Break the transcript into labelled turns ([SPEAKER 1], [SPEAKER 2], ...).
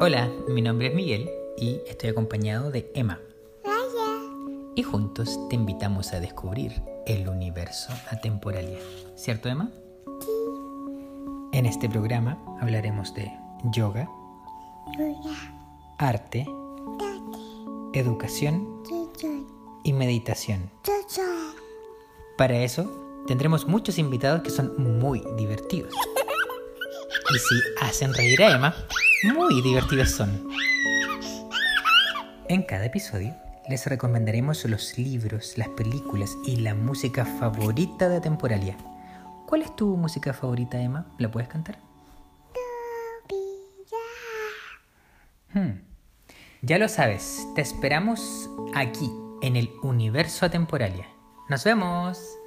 [SPEAKER 1] Hola, mi nombre es Miguel y estoy acompañado de Emma. Y juntos te invitamos a descubrir el universo atemporalia. ¿Cierto, Emma? En este programa hablaremos de yoga, arte, educación y meditación. Para eso tendremos muchos invitados que son muy divertidos. Y si hacen reír a Emma, muy divertidos son. En cada episodio les recomendaremos los libros, las películas y la música favorita de Temporalia. ¿Cuál es tu música favorita, Emma? ¿La puedes cantar? Hmm. Ya lo sabes, te esperamos aquí, en el universo Atemporalia. ¡Nos vemos!